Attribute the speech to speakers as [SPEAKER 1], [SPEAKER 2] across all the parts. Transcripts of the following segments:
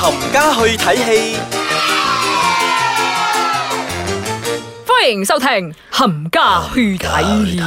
[SPEAKER 1] 冚家去睇戲，
[SPEAKER 2] 歡迎收聽《冚家去睇戲》。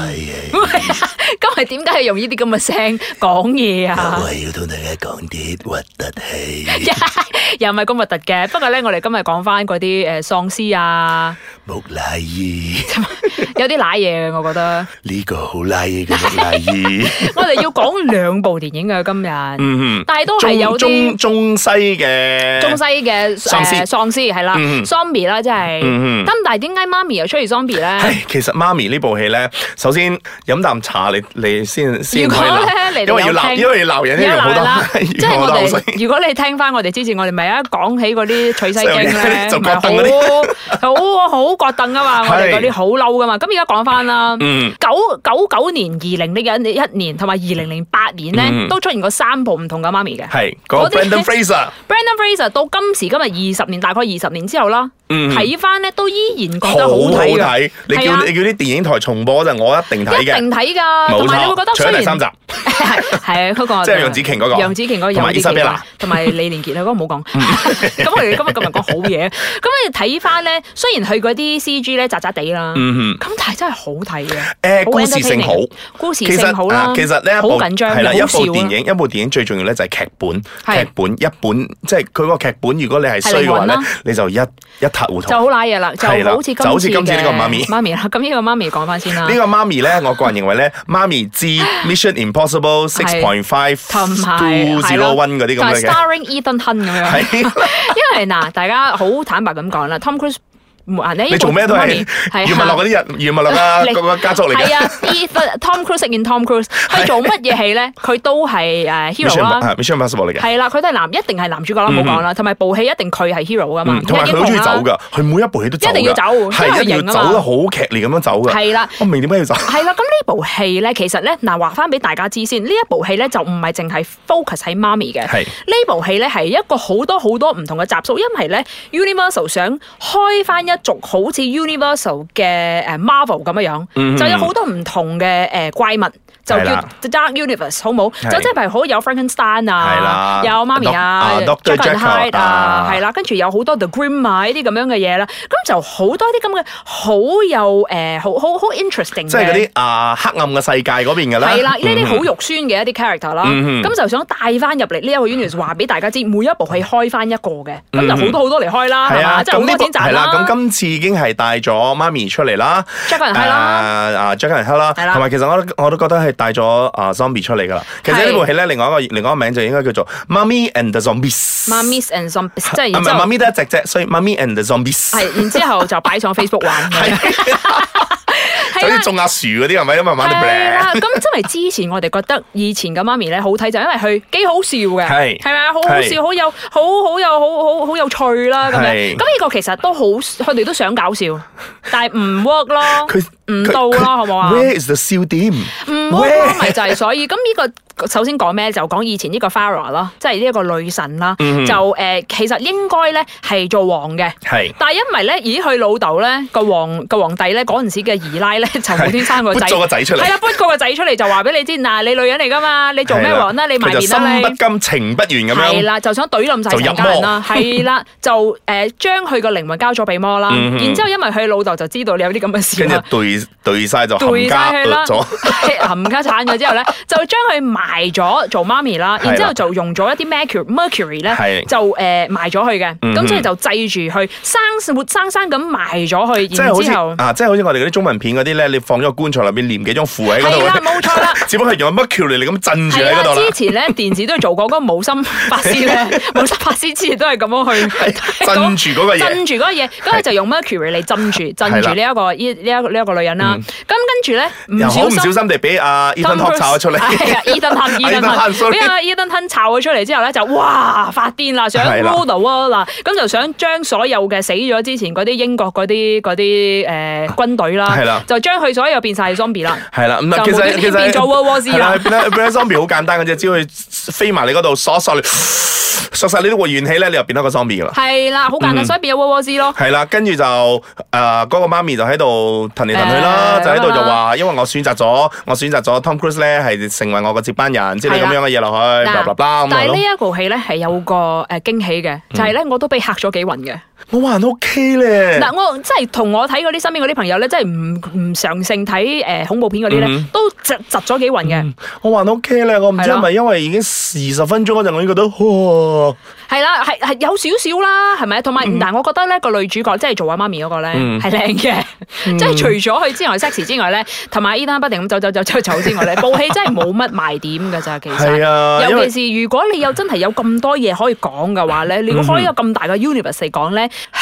[SPEAKER 2] 今日點解係用呢啲咁嘅聲講嘢 啊？
[SPEAKER 3] 我要同大家講啲核突戲，
[SPEAKER 2] 又唔係咁核突嘅，不過咧，我哋今日講翻嗰啲誒喪屍 啊，
[SPEAKER 3] 木乃伊
[SPEAKER 2] 有啲賴嘢嘅，我覺得。
[SPEAKER 3] 呢個好拉嘢嘅木乃伊，
[SPEAKER 2] 我哋要講兩部電影嘅今日，
[SPEAKER 3] 嗯
[SPEAKER 2] 但係都係有
[SPEAKER 3] 中
[SPEAKER 2] 啲
[SPEAKER 3] 中中西嘅
[SPEAKER 2] 中西嘅
[SPEAKER 3] 喪
[SPEAKER 2] 誒
[SPEAKER 3] 屍
[SPEAKER 2] 喪屍係啦
[SPEAKER 3] 嗯
[SPEAKER 2] ，zombie 啦，即係。
[SPEAKER 3] 嗯嗯
[SPEAKER 2] 咁但係點解媽咪又出現 zombie 咧？
[SPEAKER 3] 唉，其實媽咪呢部戲咧，首先飲啖茶，你你先先
[SPEAKER 2] 如
[SPEAKER 3] 可
[SPEAKER 2] 果
[SPEAKER 3] 以
[SPEAKER 2] 咧嚟
[SPEAKER 3] 鬧，因
[SPEAKER 2] 到
[SPEAKER 3] 為要
[SPEAKER 2] 有
[SPEAKER 3] 鬧，
[SPEAKER 2] 聽
[SPEAKER 3] 因為要鬧人，因為好
[SPEAKER 2] 鬧啦，
[SPEAKER 3] 多，
[SPEAKER 2] 即係我
[SPEAKER 3] 好多
[SPEAKER 2] 哋。如果你聽翻我哋之前，我哋咪一講起嗰啲取西經咧，
[SPEAKER 3] 就
[SPEAKER 2] 咪
[SPEAKER 3] 割凳嗰
[SPEAKER 2] 好好好割凳啊嘛！
[SPEAKER 3] 係
[SPEAKER 2] 我哋嗰啲好嬲噶嘛。咁而家講翻啦，
[SPEAKER 3] 嗯
[SPEAKER 2] 九九九年、二零零一一年同埋二零零八年咧，
[SPEAKER 3] 嗯
[SPEAKER 2] 都出現過三部唔同嘅媽咪嘅。
[SPEAKER 3] 係嗰
[SPEAKER 2] 嗰
[SPEAKER 3] 個
[SPEAKER 2] 啲
[SPEAKER 3] Brendan Fraser，
[SPEAKER 2] Brandon Fraser 到今時今日二十年，大概二十年之後啦，
[SPEAKER 3] 嗯
[SPEAKER 2] 睇翻咧都依然覺
[SPEAKER 3] 好
[SPEAKER 2] 得好
[SPEAKER 3] 好
[SPEAKER 2] 睇嘅，
[SPEAKER 3] 睇。你
[SPEAKER 2] 係
[SPEAKER 3] 叫
[SPEAKER 2] 啊
[SPEAKER 3] 你叫啲電影台重播嗰陣，我一定睇
[SPEAKER 2] 一定
[SPEAKER 3] 嘅，
[SPEAKER 2] 睇㗎。
[SPEAKER 3] 冇
[SPEAKER 2] 同埋你會覺
[SPEAKER 3] 錯。
[SPEAKER 2] 得
[SPEAKER 3] 除
[SPEAKER 2] 雖
[SPEAKER 3] 咗
[SPEAKER 2] 然
[SPEAKER 3] 第三集，
[SPEAKER 2] 係係嗰個
[SPEAKER 3] 即係楊紫瓊嗰個
[SPEAKER 2] 楊紫瓊嗰個
[SPEAKER 3] 同埋
[SPEAKER 2] 有啲
[SPEAKER 3] Isabella 嗯
[SPEAKER 2] 同埋李連杰啊，嗰個唔好講。 咁我哋今日今日講好嘢，咁你睇翻咧，雖然佢嗰啲 C G 咧渣渣地啦，
[SPEAKER 3] 嗯
[SPEAKER 2] 咁但係真係好睇嘅。
[SPEAKER 3] 哼，誒
[SPEAKER 2] 哦好
[SPEAKER 3] 故事性
[SPEAKER 2] entertaining
[SPEAKER 3] 好。
[SPEAKER 2] 故事
[SPEAKER 3] 其實
[SPEAKER 2] 性好啦
[SPEAKER 3] 啊，其實呢一
[SPEAKER 2] 好
[SPEAKER 3] 部
[SPEAKER 2] 緊張
[SPEAKER 3] 係啦，一
[SPEAKER 2] 嘅，好
[SPEAKER 3] 部
[SPEAKER 2] 笑
[SPEAKER 3] 電
[SPEAKER 2] 啊。
[SPEAKER 3] 影一部電影最重要咧就係劇本，
[SPEAKER 2] 係
[SPEAKER 3] 劇本一本即係佢個劇本，如果你係衰嘅話
[SPEAKER 2] 係靈魂
[SPEAKER 3] 咧
[SPEAKER 2] 啦，
[SPEAKER 3] 你就一一塌糊
[SPEAKER 2] 就
[SPEAKER 3] 塗。
[SPEAKER 2] 好賴嘢啦，就
[SPEAKER 3] 係啦
[SPEAKER 2] 好似
[SPEAKER 3] 就好似今次呢個
[SPEAKER 2] 嘅
[SPEAKER 3] 媽咪
[SPEAKER 2] 媽咪啦， 咁呢個媽咪講翻先啦
[SPEAKER 3] 呢。個媽咪咧，我個人認為咧，媽咪之 Mission Impossible
[SPEAKER 2] 係
[SPEAKER 3] Six Point Five
[SPEAKER 2] 同埋係
[SPEAKER 3] Two
[SPEAKER 2] 咯
[SPEAKER 3] Zero One 嗰啲
[SPEAKER 2] 同埋
[SPEAKER 3] 咁樣嘅，
[SPEAKER 2] starring Ethan Hunt 咁樣。
[SPEAKER 3] 係
[SPEAKER 2] 因為嗱，大家好坦白咁講啦，Tom Cruise 唔啊，你
[SPEAKER 3] 你做咩都係
[SPEAKER 2] 係
[SPEAKER 3] 葉問落嗰啲人，葉問落啊
[SPEAKER 2] 你
[SPEAKER 3] 嗰個家族嚟
[SPEAKER 2] 係
[SPEAKER 3] 嘅。
[SPEAKER 2] 啊，Ethan- Tom Cruise 飾演 Tom Cruise，佢做乜嘢戲咧？佢都係誒 hero
[SPEAKER 3] Mission
[SPEAKER 2] 啦，
[SPEAKER 3] 啊 Mission Impossible 嚟嘅，嗯
[SPEAKER 2] 係啦，佢都係男，一定係男主角啦，冇講啦。同埋部戲一定佢係 hero 噶嘛
[SPEAKER 3] 嗯，，同埋佢好中意走。噶，佢每一部戲都走
[SPEAKER 2] 啊
[SPEAKER 3] 㗎，
[SPEAKER 2] 一定要走因為
[SPEAKER 3] 係一定要
[SPEAKER 2] 佢型啊
[SPEAKER 3] 走
[SPEAKER 2] 嘛
[SPEAKER 3] 得好劇烈咁樣走噶。
[SPEAKER 2] 係啦。
[SPEAKER 3] 我唔明點解要 走。
[SPEAKER 2] 係啦，咁呢部戲咧，其實咧，嗱，話翻俾大家知先，呢一部戲咧就唔係淨係 focus 喺媽咪嘅，
[SPEAKER 3] 係
[SPEAKER 2] 呢部戲咧係一個好多好多唔同嘅集數，因為咧 Universal 想開翻一族好似 Universal 嘅誒呃 Marvel 咁樣樣，
[SPEAKER 3] 嗯
[SPEAKER 2] 就有好多唔同嘅誒怪物。就
[SPEAKER 3] 係啦
[SPEAKER 2] 叫 The Dark Universe 好冇，
[SPEAKER 3] 係
[SPEAKER 2] 就即係譬如好有 Frankenstein
[SPEAKER 3] 係啦
[SPEAKER 2] 啊，有媽咪啊
[SPEAKER 3] Doc- 啊
[SPEAKER 2] Jekyll
[SPEAKER 3] ，Dr.
[SPEAKER 2] and
[SPEAKER 3] Jekyll
[SPEAKER 2] Hyde
[SPEAKER 3] 啊
[SPEAKER 2] 啊，係啦，跟住有好多 The Grimm 啊呢啲咁樣嘅嘢啦，咁就好多啲咁嘅好有誒好好好 interesting
[SPEAKER 3] 即係嗰
[SPEAKER 2] 嘅
[SPEAKER 3] 啲啊黑暗嘅世界嗰邊㗎啦。
[SPEAKER 2] 係啦，呢啲好肉酸嘅一啲 character 啦，
[SPEAKER 3] 嗯
[SPEAKER 2] 咁就想帶翻入嚟呢一個 universe，話俾大家知，每一部戲開翻一個嘅，咁就好多好多嚟開啦，係
[SPEAKER 3] 嗯係啊，
[SPEAKER 2] 嘛，即係
[SPEAKER 3] 咁
[SPEAKER 2] 好
[SPEAKER 3] 呢
[SPEAKER 2] 多
[SPEAKER 3] 部
[SPEAKER 2] 錢賺
[SPEAKER 3] 係啦，咁
[SPEAKER 2] 啦。
[SPEAKER 3] 今次已經係帶咗媽咪出嚟啦
[SPEAKER 2] Jack and Hyde
[SPEAKER 3] 啊
[SPEAKER 2] 啦
[SPEAKER 3] 啊 Jack and Hyde 啦，
[SPEAKER 2] 係啦
[SPEAKER 3] 同埋其實我都我都覺得係帶咗啊 Zombie 出嚟㗎啦。其實呢部戲咧，另外一個另外一個名就應該叫做 Mummy and the Zombies。
[SPEAKER 2] Mummies and some 即係然
[SPEAKER 3] 啊唔
[SPEAKER 2] 之
[SPEAKER 3] 係
[SPEAKER 2] 後
[SPEAKER 3] Mummy 得一隻啫，所以 Mummy and the Zombies
[SPEAKER 2] 係，然之後就擺上 Facebook 玩咁樣，
[SPEAKER 3] 係 就
[SPEAKER 2] 係
[SPEAKER 3] 好似
[SPEAKER 2] 啦。
[SPEAKER 3] 種下樹嗰啲係咪？慢慢地
[SPEAKER 2] 係啦，咁真係之前我哋覺得以前嘅媽咪咧好睇，就因為佢幾好笑嘅，
[SPEAKER 3] 係
[SPEAKER 2] 係咪啊？好好
[SPEAKER 3] 係
[SPEAKER 2] 笑，好有好好有好好好有趣啦咁樣。
[SPEAKER 3] 係
[SPEAKER 2] 咁呢個其實都好，佢哋都想搞笑，但係唔 work 咯，
[SPEAKER 3] 佢
[SPEAKER 2] 唔到咯，好冇啊？
[SPEAKER 3] Where is the 笑點？
[SPEAKER 2] 唔
[SPEAKER 3] Where？
[SPEAKER 2] work 咪就係所以咁呢個首先講咩就講以前呢個 Farah 啦，即係呢一個女神啦，
[SPEAKER 3] 嗯
[SPEAKER 2] 就誒、呃其實應該咧係做王嘅。
[SPEAKER 3] 係
[SPEAKER 2] 但係因為咧，咦佢老豆咧個皇個皇帝咧嗰陣時嘅姨奶咧 就無端生個仔
[SPEAKER 3] 撥，咗個仔出嚟
[SPEAKER 2] 係。啦，撥個個仔出嚟就話俾你知，嗱你女人嚟噶嘛，你做咩王啦？你埋
[SPEAKER 3] 佢就
[SPEAKER 2] 面
[SPEAKER 3] 心
[SPEAKER 2] 啦
[SPEAKER 3] 不
[SPEAKER 2] 你。
[SPEAKER 3] 甘情不願咁
[SPEAKER 2] 係
[SPEAKER 3] 樣。
[SPEAKER 2] 啦，就想懟冧晒成家人啦， 係啦，就誒將佢個靈魂交咗俾魔啦，
[SPEAKER 3] 嗯哼
[SPEAKER 2] 然之後因為佢老豆就知道你有啲咁嘅事
[SPEAKER 3] 跟住
[SPEAKER 2] 啦，
[SPEAKER 3] 對對晒就
[SPEAKER 2] 對
[SPEAKER 3] 冚家
[SPEAKER 2] 晒佢啦
[SPEAKER 3] 呃咗，
[SPEAKER 2] 係冚家產咗之 後咧，就將佢埋咗做媽咪啦，
[SPEAKER 3] 係啦
[SPEAKER 2] 然之後就用咗一啲 mercury mercury 咧，
[SPEAKER 3] 係
[SPEAKER 2] 就誒埋咗佢嘅，
[SPEAKER 3] 嗯
[SPEAKER 2] 咁所以就制住佢生活生生咁埋咗佢，
[SPEAKER 3] 即係
[SPEAKER 2] 然
[SPEAKER 3] 好似
[SPEAKER 2] 之後。
[SPEAKER 3] 啊，即係好似我哋嗰啲中文片嗰啲咧，你放咗個棺材入邊，連幾張符喺嗰
[SPEAKER 2] 係啦，
[SPEAKER 3] 度，
[SPEAKER 2] 冇錯啦。
[SPEAKER 3] 只不過係用 mercury 嚟咁震 住
[SPEAKER 2] 係
[SPEAKER 3] 喺嗰
[SPEAKER 2] 啦，
[SPEAKER 3] 度啦
[SPEAKER 2] 之，前咧電視都做過嗰個無心法師 咧，無心法師之前都係咁樣去
[SPEAKER 3] 震住嗰個嘢。
[SPEAKER 2] 震住嗰個嘢，咁佢就用 mercury 嚟浸住震住呢一個呢呢一個呢一個女人啦。咁跟住咧唔
[SPEAKER 3] 嗯又好
[SPEAKER 2] 小
[SPEAKER 3] 唔小
[SPEAKER 2] 心。
[SPEAKER 3] 心地俾阿 Ethan Hawke 炒咗出嚟，
[SPEAKER 2] 係 啊，伊登亨，伊登
[SPEAKER 3] Ethan Hunt，
[SPEAKER 2] 亨，
[SPEAKER 3] sorry
[SPEAKER 2] 俾阿伊登亨炒咗出嚟之後咧，就哇發癲啦，想
[SPEAKER 3] 係啦
[SPEAKER 2] roll 啦，咁就想將所有嘅死咗之前嗰啲英國嗰啲嗰啲誒軍隊
[SPEAKER 3] 啊
[SPEAKER 2] 啦
[SPEAKER 3] 係啦，
[SPEAKER 2] 就將佢所有變晒 zombie 啦，
[SPEAKER 3] 係啦，咁啊，其
[SPEAKER 2] 就無端
[SPEAKER 3] 實
[SPEAKER 2] 端
[SPEAKER 3] 其
[SPEAKER 2] 變咗 World War
[SPEAKER 3] 實
[SPEAKER 2] Z
[SPEAKER 3] 係啦
[SPEAKER 2] 啦，
[SPEAKER 3] 變咗變咗 zombie 好簡單嘅啫，只要佢飛埋你嗰度，索一索你，索晒你啲活元氣咧，你就變咗個 zombie 噶啦。嗯
[SPEAKER 2] 係啦，好簡單，所以變咗 World War Z 咯。
[SPEAKER 3] 呃係啦，跟住就誒嗰個媽咪就喺度騰嚟騰佢啦，
[SPEAKER 2] 嘅
[SPEAKER 3] 就喺度
[SPEAKER 2] 咁樣
[SPEAKER 3] 就
[SPEAKER 2] 啦
[SPEAKER 3] 話，因為我選擇咗，我選擇咗 Tom Cruise 咧係成為我個接班人，即係你
[SPEAKER 2] 係啦
[SPEAKER 3] 咁樣嘅嘢落去，
[SPEAKER 2] 嗱
[SPEAKER 3] 啦啦啦咁
[SPEAKER 2] 但
[SPEAKER 3] 樣
[SPEAKER 2] 係
[SPEAKER 3] 咯嗯
[SPEAKER 2] 呢。一部戲咧係有個誒驚喜嘅，就係咧我都被嚇咗幾暈嘅。
[SPEAKER 3] 我話人 OK 咧，
[SPEAKER 2] 嗱，我即係同我睇嗰啲身邊嗰啲朋友咧，即係唔唔常性睇誒恐怖片嗰啲
[SPEAKER 3] 嗯
[SPEAKER 2] 咧，都窒窒咗幾暈嘅。
[SPEAKER 3] 我話人 OK 咧，我唔知
[SPEAKER 2] 係咯
[SPEAKER 3] 係咪因為已經二十分鐘嗰陣，我已經覺得哇，
[SPEAKER 2] 係啦，係係有少少啦，係咪？同埋嗱，我覺得咧個女主角即係做我媽咪嗰個咧
[SPEAKER 3] 嗯
[SPEAKER 2] 係靚嘅，即係除咗佢之外 sexy 之外咧，同埋依單不停咁走走走走走之外 咧，部戲真係冇乜賣點㗎咋，其
[SPEAKER 3] 係
[SPEAKER 2] 實。
[SPEAKER 3] 啊，因
[SPEAKER 2] 尤
[SPEAKER 3] 為
[SPEAKER 2] 其是如果你有真係有咁多嘢可以講嘅話咧，你
[SPEAKER 3] 嗯
[SPEAKER 2] 如果開一個咁大嘅 universe 嚟講咧，唉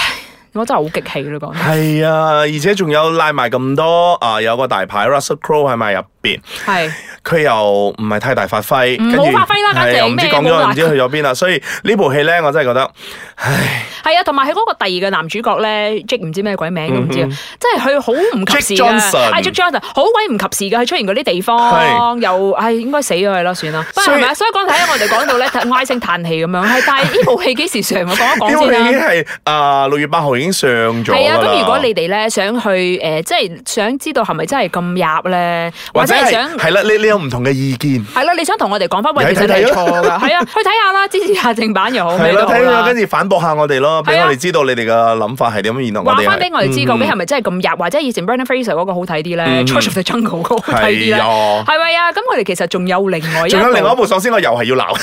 [SPEAKER 2] 我真係好激氣咯 講。
[SPEAKER 3] 係啊，而且仲有拉埋咁多啊，有個大牌 Russell Crowe 喺埋入邊。
[SPEAKER 2] 係。
[SPEAKER 3] 佢又唔係太大發揮，
[SPEAKER 2] 唔
[SPEAKER 3] 跟住
[SPEAKER 2] 好發揮啦簡直
[SPEAKER 3] 係又唔知
[SPEAKER 2] 咩
[SPEAKER 3] 講
[SPEAKER 2] 冇
[SPEAKER 3] 咗，
[SPEAKER 2] 話
[SPEAKER 3] 唔知去咗邊啦。所以呢部戲咧，我真係覺得，唉，
[SPEAKER 2] 係啊，同埋佢嗰個第二嘅男主角咧，Jake 唔知咩鬼名都唔知啊，即係佢好唔及時
[SPEAKER 3] 嗯 Jake
[SPEAKER 2] 啊
[SPEAKER 3] Johnson
[SPEAKER 2] 係 Jake Johnson 好鬼唔及時㗎，佢出現嗰啲地方
[SPEAKER 3] 係
[SPEAKER 2] 又唉應該死咗佢啦，算啦。不過
[SPEAKER 3] 所以
[SPEAKER 2] 係咪啊？所以講睇下我哋講到咧 唉聲嘆氣咁樣，係但係呢部戲幾時上我講一
[SPEAKER 3] 因
[SPEAKER 2] 講
[SPEAKER 3] 為已
[SPEAKER 2] 先
[SPEAKER 3] 經
[SPEAKER 2] 啦。
[SPEAKER 3] 係啊六月八號已經上咗㗎
[SPEAKER 2] 係啊，咁如果
[SPEAKER 3] 啦
[SPEAKER 2] 你哋咧想去誒、呃即係想知道係咪真係咁入咧，
[SPEAKER 3] 或
[SPEAKER 2] 或
[SPEAKER 3] 者
[SPEAKER 2] 者係
[SPEAKER 3] 係
[SPEAKER 2] 想
[SPEAKER 3] 係啦，你你有唔同嘅意見，
[SPEAKER 2] 係咯，你想同我哋講翻，喂，
[SPEAKER 3] 你
[SPEAKER 2] 其
[SPEAKER 3] 睇
[SPEAKER 2] 實你係
[SPEAKER 3] 睇
[SPEAKER 2] 錯
[SPEAKER 3] 啊
[SPEAKER 2] 㗎，係啊，去睇下啦，支持下正版又 好，咩
[SPEAKER 3] 係
[SPEAKER 2] 都
[SPEAKER 3] 啦，
[SPEAKER 2] 好
[SPEAKER 3] 睇
[SPEAKER 2] 啦
[SPEAKER 3] 下跟住反駁下我哋咯，俾
[SPEAKER 2] 係啊
[SPEAKER 3] 我哋知道你哋嘅諗法係點樣，然後我
[SPEAKER 2] 話
[SPEAKER 3] 哋嗯
[SPEAKER 2] 翻俾我哋知，究竟係
[SPEAKER 3] 咪
[SPEAKER 2] 咪真係咁入，或者以前 Brendan Fraser 嗰個好睇啲咧
[SPEAKER 3] 嗯
[SPEAKER 2] ，Church of the Jungle 嗰個好睇啲咧，
[SPEAKER 3] 係啊？
[SPEAKER 2] 係咪啊？咁我哋其實仲有另外一
[SPEAKER 3] 仲有另外
[SPEAKER 2] 部
[SPEAKER 3] 一部喪屍，我又係 要鬧，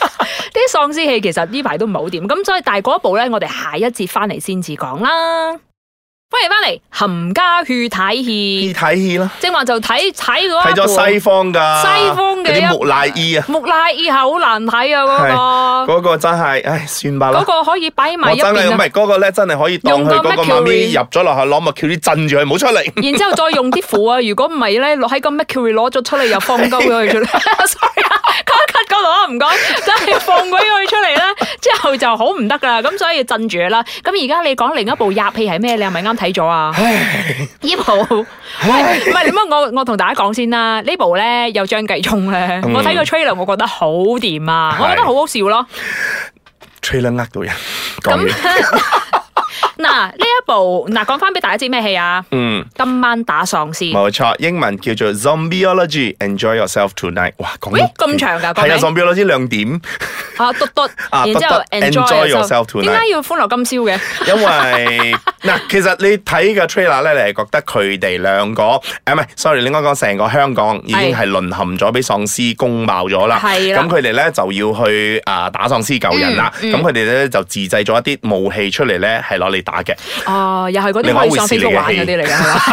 [SPEAKER 2] 啲喪屍戲，其實呢排都唔係好掂，咁所以但係嗰一部咧，我哋下一節翻嚟先至講啦。歡迎翻嚟，冚家去睇
[SPEAKER 3] 要
[SPEAKER 2] 戲，
[SPEAKER 3] 睇戲啦，
[SPEAKER 2] 正話就睇睇嗰
[SPEAKER 3] 睇
[SPEAKER 2] 一部
[SPEAKER 3] 咗西方㗎，
[SPEAKER 2] 西方嘅
[SPEAKER 3] 嗰
[SPEAKER 2] 一
[SPEAKER 3] 啲木乃伊啊，
[SPEAKER 2] 木乃伊係好難睇啊！嗰
[SPEAKER 3] 嗰個真係，唉，算吧
[SPEAKER 2] 個
[SPEAKER 3] 啦
[SPEAKER 2] 嗰。個可以擺埋
[SPEAKER 3] 我
[SPEAKER 2] 一
[SPEAKER 3] 真
[SPEAKER 2] 邊
[SPEAKER 3] 係唔
[SPEAKER 2] 啊，
[SPEAKER 3] 係嗰個咧，真係可以當佢嗰個媽
[SPEAKER 2] E？
[SPEAKER 3] 咪入咗落去攞麥橋啲震住佢，唔好出嚟。
[SPEAKER 2] 然之後再用啲符啊，如果唔係咧，攞喺個 Mercury 攞咗出嚟又放鳩咗佢出嚟。sorry 啊，cut cut 嗰度啊，唔講，真係放鬼咗佢出嚟咧，之後就好唔得噶啦，咁所以要鎮住佢啦。咁而家你講另一部入戲係咩？你係咪啱睇咗啊？呢部喂唔係你乜？我我同大家講先啦，呢部咧有張繼聰咧，
[SPEAKER 3] 嗯
[SPEAKER 2] 我睇個 trailer 我覺得好掂啊，
[SPEAKER 3] 係
[SPEAKER 2] 我覺得好好笑咯。
[SPEAKER 3] 吹啦，呃到人，講
[SPEAKER 2] 咁
[SPEAKER 3] 完。
[SPEAKER 2] 嗱呢一部嗱講翻俾大家知咩戲啊？
[SPEAKER 3] 嗯，
[SPEAKER 2] 今晚打喪屍。
[SPEAKER 3] 冇錯，英文叫做 Zombieology，Enjoy yourself tonight。哇，講
[SPEAKER 2] 喂咁長㗎個
[SPEAKER 3] 係
[SPEAKER 2] 名
[SPEAKER 3] 啊，Zombieology 兩點，
[SPEAKER 2] 啊，嘟嘟，
[SPEAKER 3] 啊
[SPEAKER 2] 然之後
[SPEAKER 3] 篤篤 enjoy yourself tonight
[SPEAKER 2] 點解要歡樂今宵嘅？
[SPEAKER 3] 因為嗱，其實你睇嘅 trailer 咧，你係覺得佢哋兩個，誒唔係，sorry，你應該講成個香港已經係淪陷咗，俾喪屍攻爆咗啦。
[SPEAKER 2] 係啦
[SPEAKER 3] 咁佢哋咧就要去啊打喪屍救人啦。
[SPEAKER 2] 嗯嗯
[SPEAKER 3] 咁佢哋咧就自製咗一啲武器出嚟咧，係攞嚟打嘅。
[SPEAKER 2] 哦，又係嗰啲
[SPEAKER 3] 另
[SPEAKER 2] 可
[SPEAKER 3] 外一
[SPEAKER 2] 以
[SPEAKER 3] 回
[SPEAKER 2] 上
[SPEAKER 3] 事
[SPEAKER 2] Facebook
[SPEAKER 3] 嚟嘅
[SPEAKER 2] 玩嗰啲嚟嘅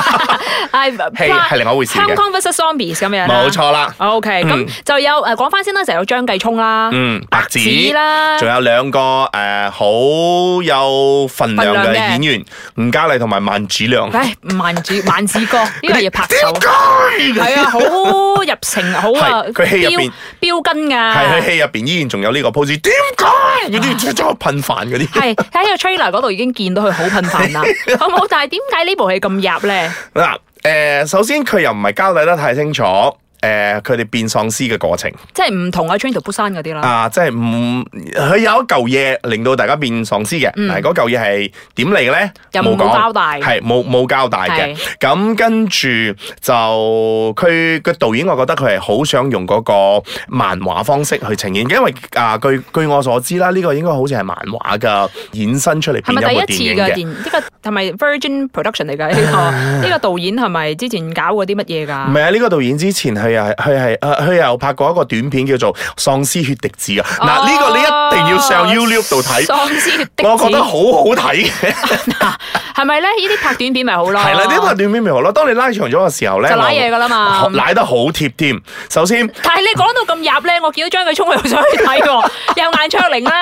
[SPEAKER 2] 係嘛？
[SPEAKER 3] 係係另外一回事嚟
[SPEAKER 2] 香
[SPEAKER 3] 嘅
[SPEAKER 2] 港啊 vs Zombies 咁樣啦
[SPEAKER 3] 冇。錯啦。
[SPEAKER 2] O K，
[SPEAKER 3] 嗯
[SPEAKER 2] 咁就有誒講翻先啦，就有張繼聰啦，
[SPEAKER 3] 嗯，白
[SPEAKER 2] 紙
[SPEAKER 3] 紙
[SPEAKER 2] 啦
[SPEAKER 3] 仲有兩個誒好、有份量
[SPEAKER 2] 份
[SPEAKER 3] 嘅
[SPEAKER 2] 量嘅
[SPEAKER 3] 演員，吳嘉麗同埋萬梓良。
[SPEAKER 2] 唉，萬 子萬子哥呢個嘢拍手
[SPEAKER 3] 點。解？
[SPEAKER 2] 係啊，好入情，好啊，
[SPEAKER 3] 係佢戲入邊
[SPEAKER 2] 標標筋㗎，
[SPEAKER 3] 係喺戲入邊依然仲有呢個 pose，點解嗰啲出咗噴飯嗰啲？
[SPEAKER 2] 係喺個 trailer 嗰度已經見到佢好頻繁 啦，好唔好？但係點解呢部戲咁入咧？
[SPEAKER 3] 嗱，誒、首先佢又唔係交代得太清楚，誒、佢哋變喪屍嘅過程
[SPEAKER 2] 即係唔同啊，Train to Busan 嗰啲啦。
[SPEAKER 3] 啊，即係唔佢有一嚿嘢令到大家變喪屍嘅，但係嗰嚿嘢係點嚟嘅咧？
[SPEAKER 2] 嗯又冇
[SPEAKER 3] 講
[SPEAKER 2] 交代
[SPEAKER 3] 係冇冇交代嘅。咁跟住就佢個導演，我覺得佢係好想用嗰個漫畫方式去呈現，因為啊據據我所知啦，呢、個應該好似係漫畫嘅衍生出嚟
[SPEAKER 2] 係
[SPEAKER 3] 變一
[SPEAKER 2] 咪
[SPEAKER 3] 部
[SPEAKER 2] 第
[SPEAKER 3] 電
[SPEAKER 2] 一
[SPEAKER 3] 影
[SPEAKER 2] 次嘅
[SPEAKER 3] 嘅。
[SPEAKER 2] 電呢個係咪 Virgin Production 嚟㗎？呢個呢個導演係咪之前搞過啲乜嘢
[SPEAKER 3] 啊唔
[SPEAKER 2] 㗎？
[SPEAKER 3] 係啊！呢、個導演之前佢又係佢係誒佢又拍過一個短片叫做《喪屍血滴子》啊！嗱、呢個你一定要上
[SPEAKER 2] 哦
[SPEAKER 3] YouTube 度睇，
[SPEAKER 2] 喪屍的
[SPEAKER 3] 我覺得好
[SPEAKER 2] 子
[SPEAKER 3] 好睇嘅。
[SPEAKER 2] 係咪咧？呢啲拍短片咪好 咯？
[SPEAKER 3] 係啦，呢個短片咪好咯。當你拉長咗嘅時候咧，
[SPEAKER 2] 哦就攋嘢㗎啦嘛
[SPEAKER 3] 我攋得好貼添。首先。
[SPEAKER 2] 但係你講到咁入咧，我見到張繼聰我又想去睇 喎，又顏卓玲咧，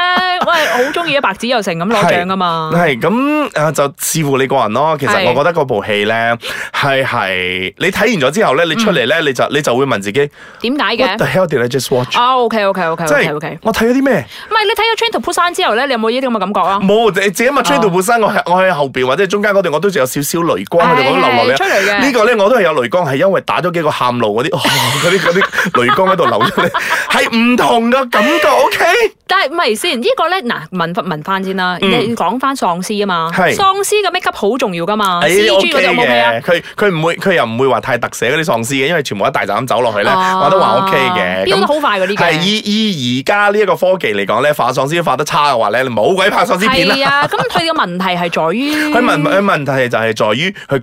[SPEAKER 2] 喂，好中意啊！白紙又成咁攞獎㗎嘛？
[SPEAKER 3] 係咁誒，就視乎你個人咯。其實
[SPEAKER 2] 係
[SPEAKER 3] 我覺得嗰部戲咧係係你睇完咗之後咧，你出嚟咧
[SPEAKER 2] 嗯
[SPEAKER 3] 你就你就會問自己
[SPEAKER 2] 點解
[SPEAKER 3] What the
[SPEAKER 2] 嘅？
[SPEAKER 3] hell did I just watch？
[SPEAKER 2] 啊，OK OK OK
[SPEAKER 3] 即
[SPEAKER 2] OK
[SPEAKER 3] 係
[SPEAKER 2] OK，
[SPEAKER 3] 我睇咗啲咩？
[SPEAKER 2] 唔係你睇咗《Train to Busan》之後咧，你有冇呢啲咁嘅感覺啊？
[SPEAKER 3] 冇，自己咪吹到本身，我係我喺後邊或者中間嗰段，我都仲有少少淚光喺度
[SPEAKER 2] 係
[SPEAKER 3] 咁流落
[SPEAKER 2] 係出嚟嘅
[SPEAKER 3] 嚟。呢個咧我都係有淚光，係因為打咗幾個喊路嗰啲，哦 嗰啲嗰啲淚光喺度流出嚟，係唔同嘅感覺。OK，
[SPEAKER 2] 哦但係唔係先？呢個咧咧嗱問翻問翻先啦，你講翻喪屍啊嘛，
[SPEAKER 3] 嗯係
[SPEAKER 2] 喪屍嘅 make up 好重要噶嘛，C
[SPEAKER 3] 誒
[SPEAKER 2] G 嗰
[SPEAKER 3] 哎 OK
[SPEAKER 2] 隻有冇 OK 啊？
[SPEAKER 3] 嘅，佢佢唔會佢又唔會話太特寫嗰啲喪屍嘅，因為全部一大斬走落去咧，
[SPEAKER 2] 啊
[SPEAKER 3] 我都話 OK 嘅。
[SPEAKER 2] 飆得
[SPEAKER 3] 咁
[SPEAKER 2] 好快嗰啲嘅
[SPEAKER 3] 係依依而家呢一個科技嚟講咧，化喪屍化得差嘅話咧，你冇鬼拍喪屍片啦。
[SPEAKER 2] 係啊，咁佢嘅問題係在於
[SPEAKER 3] 佢問呃佢問題就係在於佢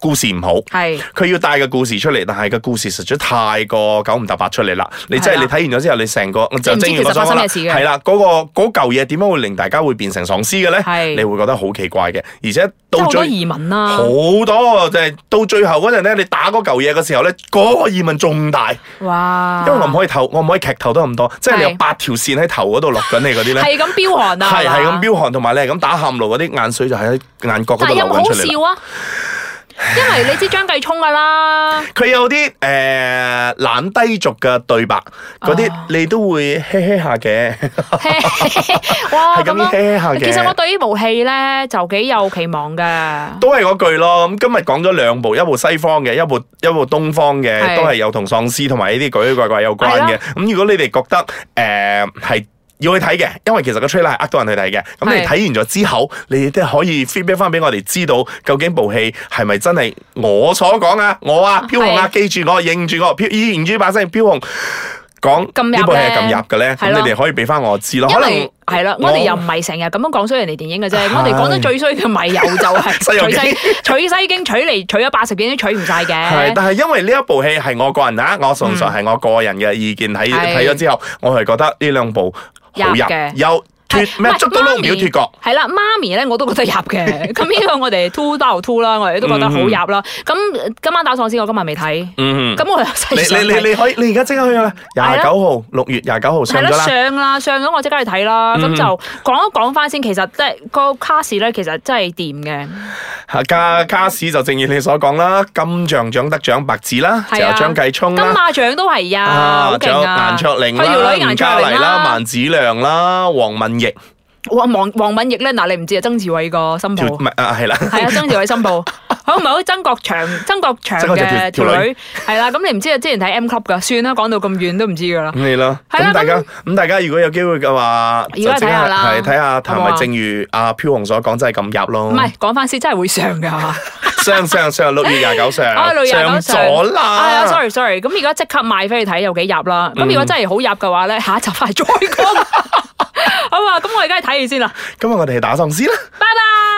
[SPEAKER 3] 故事唔好。
[SPEAKER 2] 係
[SPEAKER 3] 佢要帶個故事出嚟，但係個故事實在太過九唔搭八出嚟啦。你真
[SPEAKER 2] 係
[SPEAKER 3] 係
[SPEAKER 2] 啦
[SPEAKER 3] 你睇完咗之後，你成個
[SPEAKER 2] 唔
[SPEAKER 3] 就
[SPEAKER 2] 知
[SPEAKER 3] 正如我
[SPEAKER 2] 其實
[SPEAKER 3] 所
[SPEAKER 2] 發
[SPEAKER 3] 講
[SPEAKER 2] 生
[SPEAKER 3] 啦，
[SPEAKER 2] 咩事嘅
[SPEAKER 3] 係啦，嗰個嗰嚿嘢點解會令大家會變成喪屍嘅
[SPEAKER 2] 係
[SPEAKER 3] 咧？你會覺得好奇怪嘅，而且
[SPEAKER 2] 即係
[SPEAKER 3] 到
[SPEAKER 2] 好多
[SPEAKER 3] 最
[SPEAKER 2] 疑問啊啦
[SPEAKER 3] 好。多就係到最後嗰陣咧，你打嗰嚿嘢嘅時候咧，嗰個疑問仲大，因
[SPEAKER 2] 哇！
[SPEAKER 3] 為我唔可以透，我唔可以劇透得咁多，即係你有
[SPEAKER 2] 啊係
[SPEAKER 3] 八條線喺頭嗰度落緊你嗰啲咧，
[SPEAKER 2] 係咁飆汗啊，
[SPEAKER 3] 係係咁
[SPEAKER 2] 嘛
[SPEAKER 3] 飆汗，同埋你係咁打喊路嗰啲眼水就喺眼角嗰
[SPEAKER 2] 但係
[SPEAKER 3] 度流
[SPEAKER 2] 有冇
[SPEAKER 3] 緊
[SPEAKER 2] 好
[SPEAKER 3] 出嚟啦。
[SPEAKER 2] 笑啊？因為你知張繼聰噶 啦，
[SPEAKER 3] 佢有啲誒、呃、懶低俗嘅對白，嗰啲
[SPEAKER 2] 啊
[SPEAKER 3] 你都會嘿嘿下嘅，
[SPEAKER 2] 哇咁
[SPEAKER 3] 係咁樣
[SPEAKER 2] 咯。
[SPEAKER 3] 嘿嘿下
[SPEAKER 2] 其實我
[SPEAKER 3] 嘅。
[SPEAKER 2] 對呢部戲咧就幾有期望嘅。
[SPEAKER 3] 都係嗰句咯，咁今日講咗兩部，一部西方嘅，一部一部東方
[SPEAKER 2] 係
[SPEAKER 3] 嘅，都係有同喪屍同埋呢啲鬼鬼怪怪有關
[SPEAKER 2] 係
[SPEAKER 3] 嘅。咁如果你哋覺得誒係、要去睇嘅，因為其實個 trailer 係呃到人去睇嘅。咁你
[SPEAKER 2] 係
[SPEAKER 3] 睇完咗之後，你都可以 feedback 翻俾我哋知道，究竟部戲係咪真係我所講啊？我啊，飄紅啊，記住我，認住我，飄認住把聲飄紅。講
[SPEAKER 2] 咁入
[SPEAKER 3] 呢部戲係
[SPEAKER 2] 咧
[SPEAKER 3] 咁入嘅咧，
[SPEAKER 2] 係
[SPEAKER 3] 咁
[SPEAKER 2] 咯
[SPEAKER 3] 你哋可以俾翻我知咯。
[SPEAKER 2] 因
[SPEAKER 3] 可能
[SPEAKER 2] 為係啦，
[SPEAKER 3] 我
[SPEAKER 2] 我哋又唔係成日咁樣講衰人哋電影嘅啫，
[SPEAKER 3] 哦係
[SPEAKER 2] 我哋講得最衰嘅咪又就 係
[SPEAKER 3] 西遊記
[SPEAKER 2] 取西取西經取嚟取咗八十幾都取唔晒
[SPEAKER 3] 係，
[SPEAKER 2] 嘅。
[SPEAKER 3] 但係因為呢一部戲係我個人啊，我純粹係我個人嘅意見，睇
[SPEAKER 2] 係
[SPEAKER 3] 睇咗之後，我係覺得呢兩部好
[SPEAKER 2] 入
[SPEAKER 3] 入
[SPEAKER 2] 嘅，
[SPEAKER 3] 有
[SPEAKER 2] 係
[SPEAKER 3] 脱咩
[SPEAKER 2] 唔係
[SPEAKER 3] 捉到都唔要脱角。
[SPEAKER 2] 係啦，媽咪咧我都覺得入 嘅，咁呢個我哋 two 到 two 啦，我哋都覺得好入啦。咁今晚打喪屍我今晚未睇，
[SPEAKER 3] 嗯，
[SPEAKER 2] 咁我又細
[SPEAKER 3] 你你你你可以，你而家即刻去啦，
[SPEAKER 2] 係
[SPEAKER 3] 廿
[SPEAKER 2] 啦
[SPEAKER 3] 九號六月廿九號
[SPEAKER 2] 係
[SPEAKER 3] 上
[SPEAKER 2] 啦，
[SPEAKER 3] 咗啦。
[SPEAKER 2] 上啦，上咗我即刻去睇啦。咁
[SPEAKER 3] 嗯
[SPEAKER 2] 就講一講翻先，其實即係個卡士咧，其實真係掂嘅。
[SPEAKER 3] 啊卡卡士就正如你所講啦，金像獎得獎白紙啦，仲
[SPEAKER 2] 係
[SPEAKER 3] 有
[SPEAKER 2] 啊
[SPEAKER 3] 張繼聰
[SPEAKER 2] 金
[SPEAKER 3] 啦。
[SPEAKER 2] 馬獎都係啊，好
[SPEAKER 3] 嗯仲
[SPEAKER 2] 勁
[SPEAKER 3] 有
[SPEAKER 2] 啊！
[SPEAKER 3] 顏卓玲
[SPEAKER 2] 佢條
[SPEAKER 3] 啦、
[SPEAKER 2] 女顏
[SPEAKER 3] 吳
[SPEAKER 2] 卓
[SPEAKER 3] 嘉
[SPEAKER 2] 玲
[SPEAKER 3] 麗啦、
[SPEAKER 2] 啦，
[SPEAKER 3] 萬梓良啦、黃敏奕
[SPEAKER 2] 哇黃黃敏奕咧，嗱你唔知啊，曾志偉個新抱
[SPEAKER 3] 條唔係啊係啦，
[SPEAKER 2] 係啊，曾志偉新 抱，好唔係好曾國祥，曾國祥
[SPEAKER 3] 曾國祥
[SPEAKER 2] 嘅條
[SPEAKER 3] 條
[SPEAKER 2] 女係啦，咁你唔知啊？之前睇 M Club 噶，算啦，講到咁遠都唔知噶啦。
[SPEAKER 3] 咁你咯，
[SPEAKER 2] 係啦啊
[SPEAKER 3] 咁大家咁大家如果有機會嘅話，
[SPEAKER 2] 而家睇下啦
[SPEAKER 3] 係睇下係
[SPEAKER 2] 好唔好
[SPEAKER 3] 咪
[SPEAKER 2] 啊
[SPEAKER 3] 正如阿飄紅所講，真係咁入咯。
[SPEAKER 2] 唔係講翻先，真係會上噶。
[SPEAKER 3] 上上上六月廿 九上
[SPEAKER 2] 啊，六月廿九上
[SPEAKER 3] 咗
[SPEAKER 2] 哎呀
[SPEAKER 3] 啦。
[SPEAKER 2] ，sorry sorry，咁而家即刻買飛去睇有幾入啦。
[SPEAKER 3] 嗯
[SPEAKER 2] 咁如果真係好入嘅話咧，下一集 快再講。好啊，咁我而家去睇完先啦，
[SPEAKER 3] 今日我哋係打喪屍啦。
[SPEAKER 2] 拜拜。